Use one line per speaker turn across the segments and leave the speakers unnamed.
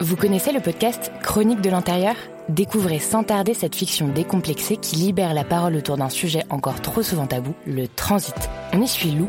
Vous connaissez le podcast Chronique de l'intérieur Découvrez sans tarder cette fiction décomplexée qui libère la parole autour d'un sujet encore trop souvent tabou, le transit. On y suit Lou,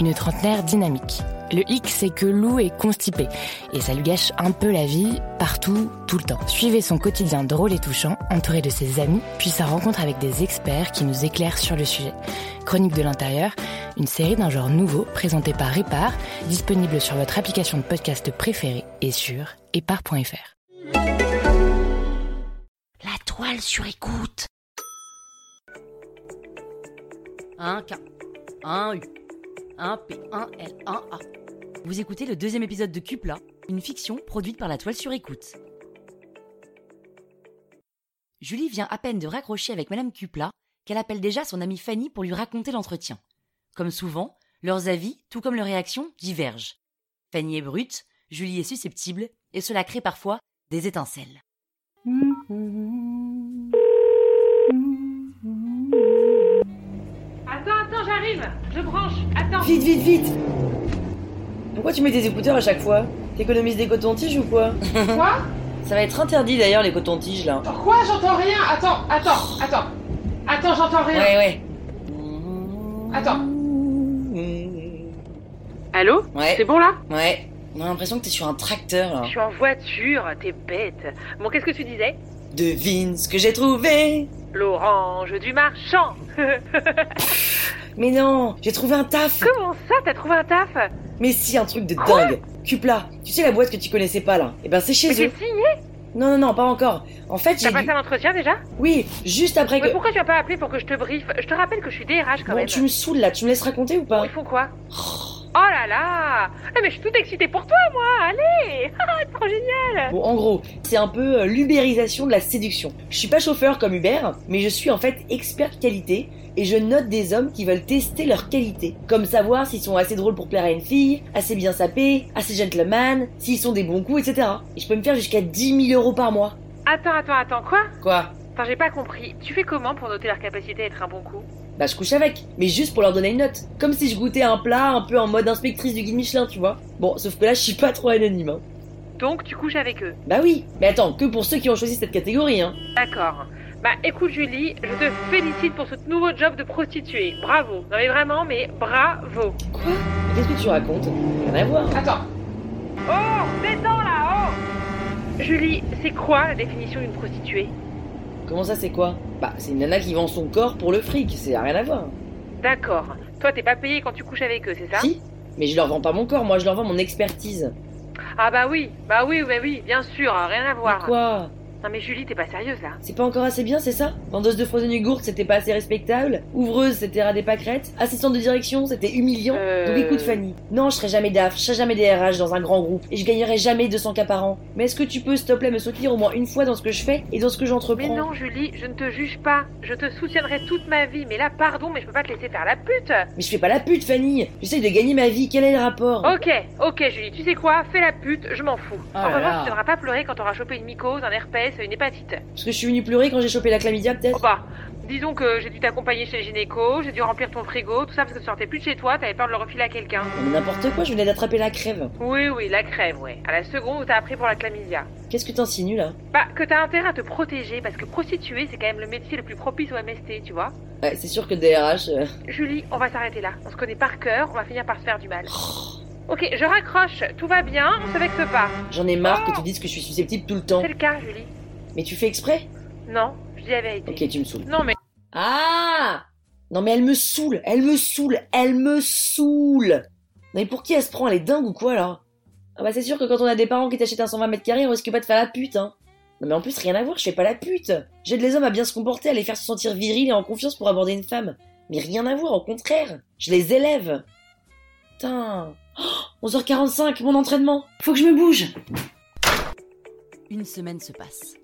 une trentenaire dynamique. Le hic, c'est que Lou est constipée et ça lui gâche un peu la vie, partout, tout le temps. Suivez son quotidien drôle et touchant, entouré de ses amis, puis sa rencontre avec des experts qui nous éclairent sur le sujet. Chronique de l'intérieur, une série d'un genre nouveau présentée par Répar, disponible sur votre application de podcast préférée et sur épar.fr.
La toile sur écoute. Un K, un U, un P, un L, un A. Vous écoutez le deuxième épisode de Cupla, une fiction produite par la toile sur écoute. Julie vient à peine de raccrocher avec Madame Cupla, qu'elle appelle déjà son amie Fanny pour lui raconter l'entretien. Comme souvent, leurs avis, tout comme leurs réactions, divergent. Fanny est brute, Julie est susceptible, et cela crée parfois des étincelles.
Attends, attends, j'arrive Je branche, attends
Vite, vite, vite Pourquoi tu mets tes écouteurs à chaque fois T'économises des cotons-tiges ou quoi
Quoi
Ça va être interdit d'ailleurs les cotons-tiges là.
Quoi J'entends rien Attends, attends, attends Attends, j'entends rien
ouais.
Attends
Ouais.
Allô C'est bon là
Ouais. On a l'impression que t'es sur un tracteur là.
suis en voiture, t'es bête Bon, qu'est-ce que tu disais
Devine ce que j'ai trouvé
L'orange du marchand
Mais non, j'ai trouvé un taf
Comment ça, t'as trouvé un taf
Mais si, un truc de dingue Cupla, tu sais la boîte que tu connaissais pas là Eh ben c'est
Mais t'es
chez eux.
signé
Non, non, non, pas encore. En fait, j'ai.
T'as
dû-
passé un entretien déjà
Oui, juste après
Mais
que.
pourquoi tu as pas appelé pour que je te briefe Je te rappelle que je suis DRH quand
Bon,
même
tu me saoules là, tu me laisses raconter ou
Bon,
pas
Ils font quoi Oh là là Ah, Mais je suis toute excitée pour toi, moi Allez Ah, Trop génial
Bon, en gros, c'est un peu euh, l'ubérisation de la séduction. Je suis pas chauffeur comme Uber, mais je suis en fait expert qualité et je note des hommes qui veulent tester leur qualité. Comme savoir s'ils sont assez drôles pour plaire à une fille, assez bien sapés, assez gentleman, s'ils sont des bons coups, etc. Et je peux me faire jusqu'à 10 000 euros par mois.
Attends, attends, attends, quoi
Quoi
Enfin, j'ai pas compris. Tu fais comment pour noter leur capacité à être un bon coup
Bah, je couche avec, mais juste pour leur donner une note. Comme si je goûtais un plat un peu en mode inspectrice du guide Michelin, tu vois. Bon, sauf que là, je suis pas trop anonyme, hein.
Donc, tu couches avec eux.
Bah oui, mais attends, que pour ceux qui ont choisi cette catégorie, hein.
D'accord. Bah, écoute, Julie, je te félicite pour ce nouveau job de prostituée. Bravo. Non, mais vraiment, mais bravo.
Quoi Mais Qu'est-ce que tu racontes Rien à voir.
Attends. Oh, détends là, oh Julie, c'est quoi la définition d'une prostituée
Comment ça, c'est quoi Bah, c'est une nana qui vend son corps pour le fric, c'est rien à voir.
D'accord. Toi, t'es pas payé quand tu couches avec eux, c'est ça
si Mais je leur vends pas mon corps, moi je leur vends mon expertise.
Ah, bah oui, bah oui, bah oui, bien sûr, hein, rien à voir.
Mais quoi
non, mais Julie, t'es pas sérieuse là.
C'est pas encore assez bien, c'est ça Vendeuse de frozen yogourt, c'était pas assez respectable. Ouvreuse, c'était ras des pâquerettes. Assistante de direction, c'était humiliant.
Euh.
Donc écoute, Fanny, non, je serai jamais DAF, je serai jamais DRH dans un grand groupe et je gagnerai jamais 200K par an. Mais est-ce que tu peux, s'il te plaît, me soutenir au moins une fois dans ce que je fais et dans ce que
Mais
j'entreprends
non, Julie, je ne te juge pas. Je te soutiendrai toute ma vie. Mais là, pardon, mais je peux pas te laisser faire la pute.
Mais je fais pas la pute, Fanny J'essaye de gagner ma vie, quel est le rapport
Ok, ok, Julie, tu sais quoi Fais la pute, je m'en fous.
Oh. Ah
en
là
revanche,
là.
tu ne devras pas pleurer quand t'auras chopé une mycose, un herpès, une hépatite.
Parce que je suis venue pleurer quand j'ai chopé la chlamydia, peut-être
Oh bah, Disons que j'ai dû t'accompagner chez le gynéco, j'ai dû remplir ton frigo, tout ça parce que tu sortais plus de chez toi, t'avais peur de le refiler à quelqu'un.
Non, Mais n'importe quoi, je venais d'attraper la crève.
Oui, oui, la crève, ouais. À la seconde où t'as appris pour la chlamydia.
Qu'est-ce que t'insinues là
Bah, que t'as intérêt à te protéger parce que prostituée, c'est quand même le métier le plus propice au MST, tu vois.
Ouais, C'est sûr que DRH. euh,
Julie, on va s'arrêter là. On se connaît par cœur, on va finir par se faire du mal.
Oh.
Ok, je raccroche, tout va bien, on se vexe pas.
J'en ai marre que tu dises que je suis susceptible tout le temps.
C'est le cas, Julie.
Mais tu fais exprès
Non, je dis la vérité.
Ok, tu me saoules.
Non, mais
Ah Non mais elle me saoule, elle me saoule, elle me saoule Non mais pour qui elle se prend Elle est dingue ou quoi là Ah bah c'est sûr que quand on a des parents qui t'achètent un 120 mètres carrés, on risque pas de faire la pute hein Non mais en plus rien à voir, je fais pas la pute J'aide les hommes à bien se comporter, à les faire se sentir virils et en confiance pour aborder une femme. Mais rien à voir, au contraire Je les élève Putain Oh, 11h45, mon entraînement Faut que je me bouge
Une semaine se passe.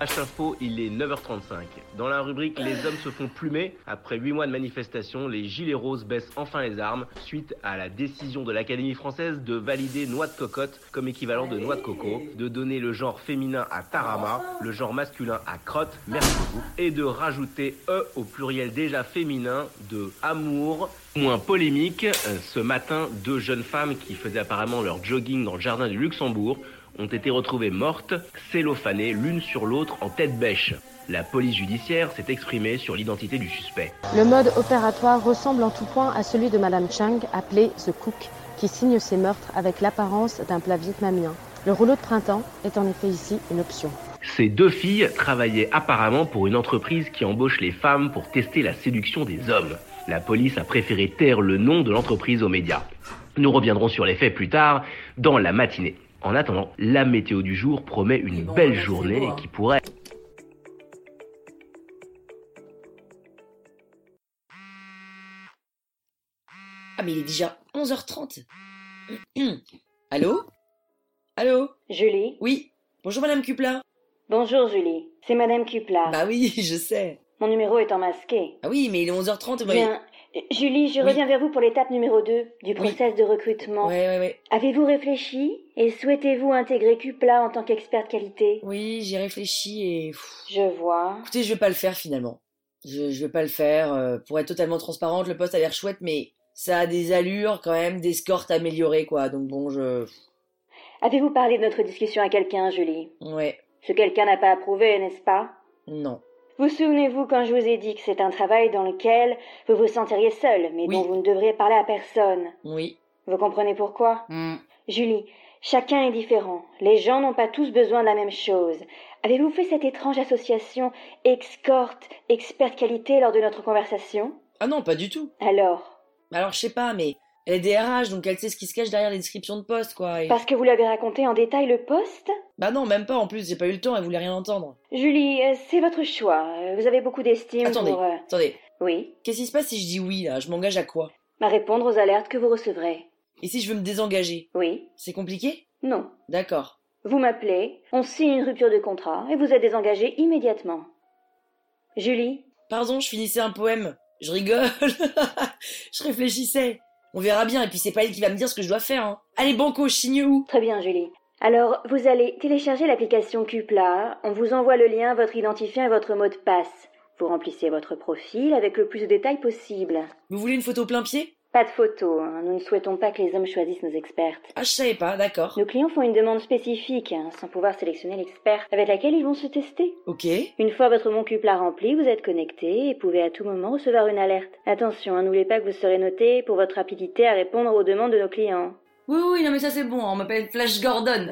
H Info, il est 9h35. Dans la rubrique Les hommes se font plumer, après 8 mois de manifestation, les Gilets roses baissent enfin les armes suite à la décision de l'Académie française de valider noix de cocotte comme équivalent de noix de coco, de donner le genre féminin à tarama, le genre masculin à crotte, merci beaucoup, et de rajouter E au pluriel déjà féminin de amour. Moins polémique, euh, ce matin, deux jeunes femmes qui faisaient apparemment leur jogging dans le jardin du Luxembourg ont été retrouvées mortes, cellophanées l'une sur l'autre en tête bêche. La police judiciaire s'est exprimée sur l'identité du suspect.
Le mode opératoire ressemble en tout point à celui de Madame Chang, appelée The Cook, qui signe ses meurtres avec l'apparence d'un plat vietnamien. Le rouleau de printemps est en effet ici une option.
Ces deux filles travaillaient apparemment pour une entreprise qui embauche les femmes pour tester la séduction des hommes. La police a préféré taire le nom de l'entreprise aux médias. Nous reviendrons sur les faits plus tard, dans la matinée. En attendant, la météo du jour promet une
bon,
belle
là, c'est
journée
beau, hein.
qui pourrait...
Ah mais il est déjà 11h30 Allô Allô
Julie
Oui Bonjour Madame Cupla
Bonjour Julie, c'est Madame Cupla.
Bah oui, je sais.
Mon numéro étant masqué.
Ah oui, mais il est 11h30. vous m'avez-
Bien. euh, Julie, je
Oui.
reviens vers vous pour l'étape numéro 2 du process de recrutement.
Ouais, ouais, ouais.
Avez-vous réfléchi et souhaitez-vous intégrer Cupla en tant qu'experte qualité
Oui, j'ai réfléchi et. pff,
Je vois.
Écoutez, je vais pas le faire finalement. Je, je vais pas le faire. euh, pour être totalement transparente, le poste a l'air chouette, mais ça a des allures quand même d'escorte améliorée, quoi. Donc bon, je.
Avez-vous parlé de notre discussion à quelqu'un, Julie
Ouais,
Ce quelqu'un n'a pas approuvé, n'est-ce pas
non.
Vous souvenez-vous quand je vous ai dit que c'est un travail dans lequel vous vous sentiriez seul, mais
Oui.
dont vous ne devriez parler à personne
Oui.
Vous comprenez pourquoi
Hmm.
Julie, chacun est différent. Les gens n'ont pas tous besoin de la même chose. Avez-vous fait cette étrange association escorte, expert qualité lors de notre conversation
Ah non, pas du tout.
Alors,
Alors, je sais pas, mais. Elle est DRH, donc elle sait ce qui se cache derrière les descriptions de poste, quoi. et-
parce que vous l'avez raconté en détail le poste
Bah non, même pas, en plus, j'ai pas eu le temps, elle voulait rien entendre.
Julie, euh, c'est votre choix. Euh, Vous avez beaucoup d'estime
Attendez.
pour... euh,
Attendez,
Oui,
qu'est-ce qui se passe si je dis oui, là Je m'engage à quoi
à répondre aux alertes que vous recevrez.
Et si je veux me désengager
Oui,
C'est compliqué
non.
D'accord.
Vous m'appelez, on signe une rupture de contrat et vous êtes désengagé immédiatement. Julie,
Pardon, je finissais un poème. Je rigole. je réfléchissais. On verra bien, et puis c'est pas elle qui va me dire ce que je dois faire. Hein. Allez, banco, chigne où
Très bien, Julie. Alors, vous allez télécharger l'application Cupla. On vous envoie le lien, votre identifiant et votre mot de passe. Vous remplissez votre profil avec le plus de détails possible.
Vous voulez une photo plein pied
Pas de photos, hein. nous ne souhaitons pas que les hommes choisissent nos expertes.
Ah, je savais pas, d'accord.
Nos clients font une demande spécifique, hein, sans pouvoir sélectionner l'expert avec laquelle ils vont se tester.
Ok.
Une fois votre bon Cupla rempli, vous êtes connecté et pouvez à tout moment recevoir une alerte. Attention, hein, n'oubliez pas que vous serez noté pour votre rapidité à répondre aux demandes de nos clients.
Oui, oui, non, mais ça c'est bon, on m'appelle Flash Gordon.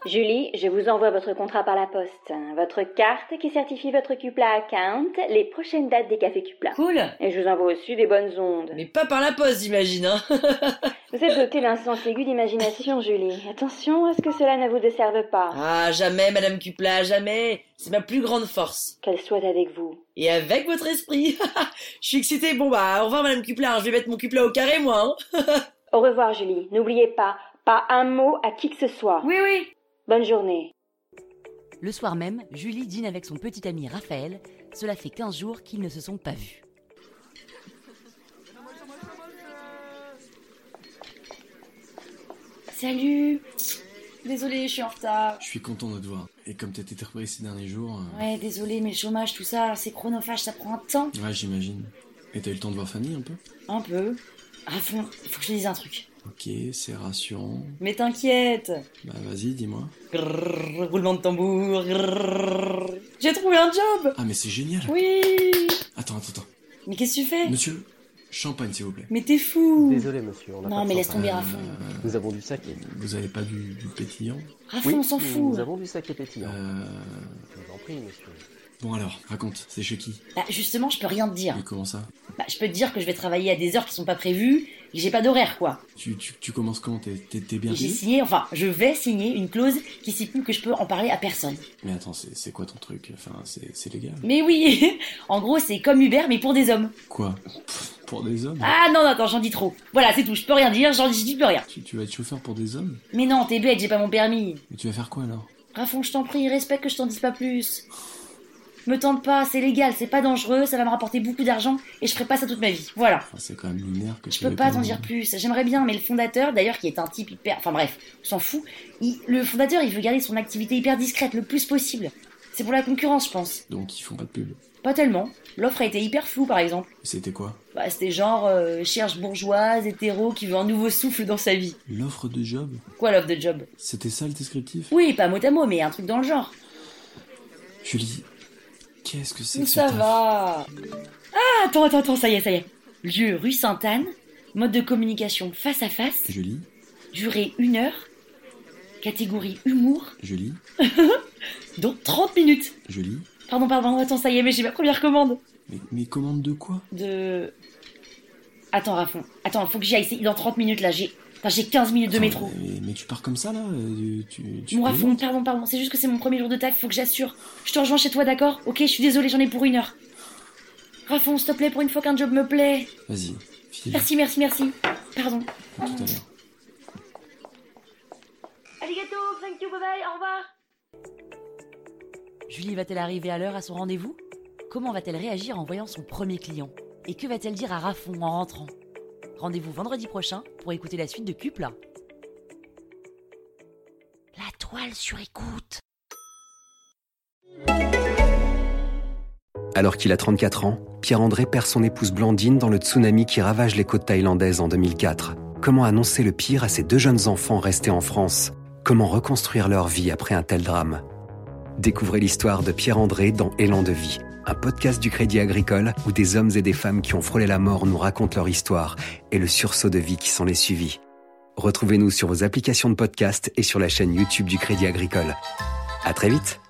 Julie, je vous envoie votre contrat par la poste, votre carte qui certifie votre Cupla account, les prochaines dates des cafés Cupla.
cool
Et je vous envoie aussi des bonnes ondes.
Mais pas par la poste, j'imagine, hein.
Vous êtes doté d'un sens aigu d'imagination, Julie. Attention à ce que cela ne vous desserve pas.
Ah, jamais, Madame Cupla, jamais. C'est ma plus grande force.
Qu'elle soit avec vous.
Et avec votre esprit. je suis excitée. Bon, bah, au revoir, Madame Cupla. hein. Je vais mettre mon Cupla au carré, moi. hein.
Au revoir, Julie. N'oubliez pas, pas un mot à qui que ce soit.
Oui, oui.
Bonne journée.
Le soir même, Julie dîne avec son petit ami Raphaël. Cela fait 15 jours qu'ils ne se sont pas vus.
Salut Désolée, je suis en retard.
Je suis content de te voir. Et comme t'as été repris ces derniers jours, euh,
Ouais, désolée, mais le chômage, tout ça, c'est chronophage, ça prend un temps.
ouais, j'imagine. Et t'as eu le temps de voir famille un peu
Un peu. À fond, faut que je te dise un truc.
Ok, c'est rassurant.
Mais t'inquiète
Bah vas-y, dis-moi.
Grrr, roulement de tambour. grrr.
J'ai trouvé un job
Ah mais c'est génial
Oui
Attends, attends, attends.
Mais qu'est-ce que tu fais
Monsieur, champagne s'il vous plaît.
Mais t'es fou
Désolé, monsieur, on n'a
Non,
pas de
mais laisse
champagne.
tomber à fond.
Euh,
Nous avons du saké.
Vous avez pas du, du pétillant
À fond,
Oui,
on s'en fout
Nous avons du saké pétillant.
Euh...
Je vous en prie, monsieur.
Bon alors, raconte, c'est chez qui
Bah, justement, je peux rien te dire.
Et comment ça
Bah, je peux te dire que je vais travailler à des heures qui sont pas prévues et que j'ai pas d'horaire, quoi.
tu, tu, tu commences quand T'es- T'es
Eh
t'es bien
Et J'ai
payé
signé, enfin, je vais signer une clause qui stipule que je peux en parler à personne.
Mais attends, c'est c'est quoi ton truc Enfin, c'est c'est légal
Mais oui En gros, c'est comme Uber, mais pour des hommes.
Quoi Pff, Pour des hommes
Ah non, non, attends, j'en dis trop. Voilà, c'est tout, je peux rien dire, j'en dis, je dis plus rien.
tu, tu vas être chauffeur pour des hommes
Mais non, t'es bête, j'ai pas mon permis.
Mais tu vas faire quoi alors
Rafon, je t'en prie, respecte que je t'en dise pas plus. Me tente pas, c'est légal, c'est pas dangereux, ça va me rapporter beaucoup d'argent et je ferai pas ça toute ma vie. Voilà.
Enfin, Ah, c'est quand même lunaire que
Je
tu
peux
l'aies
pas t'en
dit.
dire plus. J'aimerais bien, mais le fondateur, d'ailleurs, qui est un type hyper. Enfin bref, on s'en fout. il- Le fondateur, il veut garder son activité hyper discrète le plus possible. C'est pour la concurrence, je pense.
Donc ils font pas de pub.
Pas tellement. L'offre a été hyper floue, par exemple.
C'était quoi
Bah, c'était genre euh, cherche bourgeoise, hétéro, qui veut un nouveau souffle dans sa vie.
L'offre de job
Quoi, l'offre de job
C'était ça le descriptif
Oui, pas mot à mot, mais un truc dans le genre.
Julie, qu'est-ce que c'est
Mais
que ce
ça
taf
va Ah, attends, attends, attends, ça y est, ça y est. Lieu rue Sainte-Anne, mode de communication face à face,
Julie,
durée 1 heure, catégorie humour,
Julie,
donc 30 minutes.
Julie.
Pardon, pardon, attends, ça y est, mais j'ai ma première commande.
Mais, mais commande de quoi
De... Attends, Raffon, attends, faut que j'y aille, c'est dans 30 minutes là, j'ai... Enfin, j'ai 15 minutes de
Attends,
métro.
Mais, mais tu pars comme ça là euh, Tu, tu
Mon
te
Raffon,
démontes
pardon, pardon, c'est juste que c'est mon premier jour de taf, faut que j'assure. Je te rejoins chez toi, d'accord Ok, je suis désolée, j'en ai pour une heure. Raffon, s'il te plaît, pour une fois qu'un job me plaît.
Vas-y, file.
Merci, merci, merci. Pardon.
À tout à l'heure.
Arigato, thank you, bye bye, au revoir.
Julie va-t-elle arriver à l'heure à son rendez-vous Comment va-t-elle réagir en voyant son premier client Et que va-t-elle dire à Raffon en rentrant Rendez-vous vendredi prochain pour écouter la suite de Cupla. La toile sur écoute
Alors qu'il a 34 ans, Pierre-André perd son épouse Blandine dans le tsunami qui ravage les côtes thaïlandaises en 2004. Comment annoncer le pire à ces deux jeunes enfants restés en France Comment reconstruire leur vie après un tel drame Découvrez l'histoire de Pierre-André dans Élan de vie, un podcast du Crédit Agricole où des hommes et des femmes qui ont frôlé la mort nous racontent leur histoire et le sursaut de vie qui s'en est suivi. Retrouvez-nous sur vos applications de podcast et sur la chaîne YouTube du Crédit Agricole. À très vite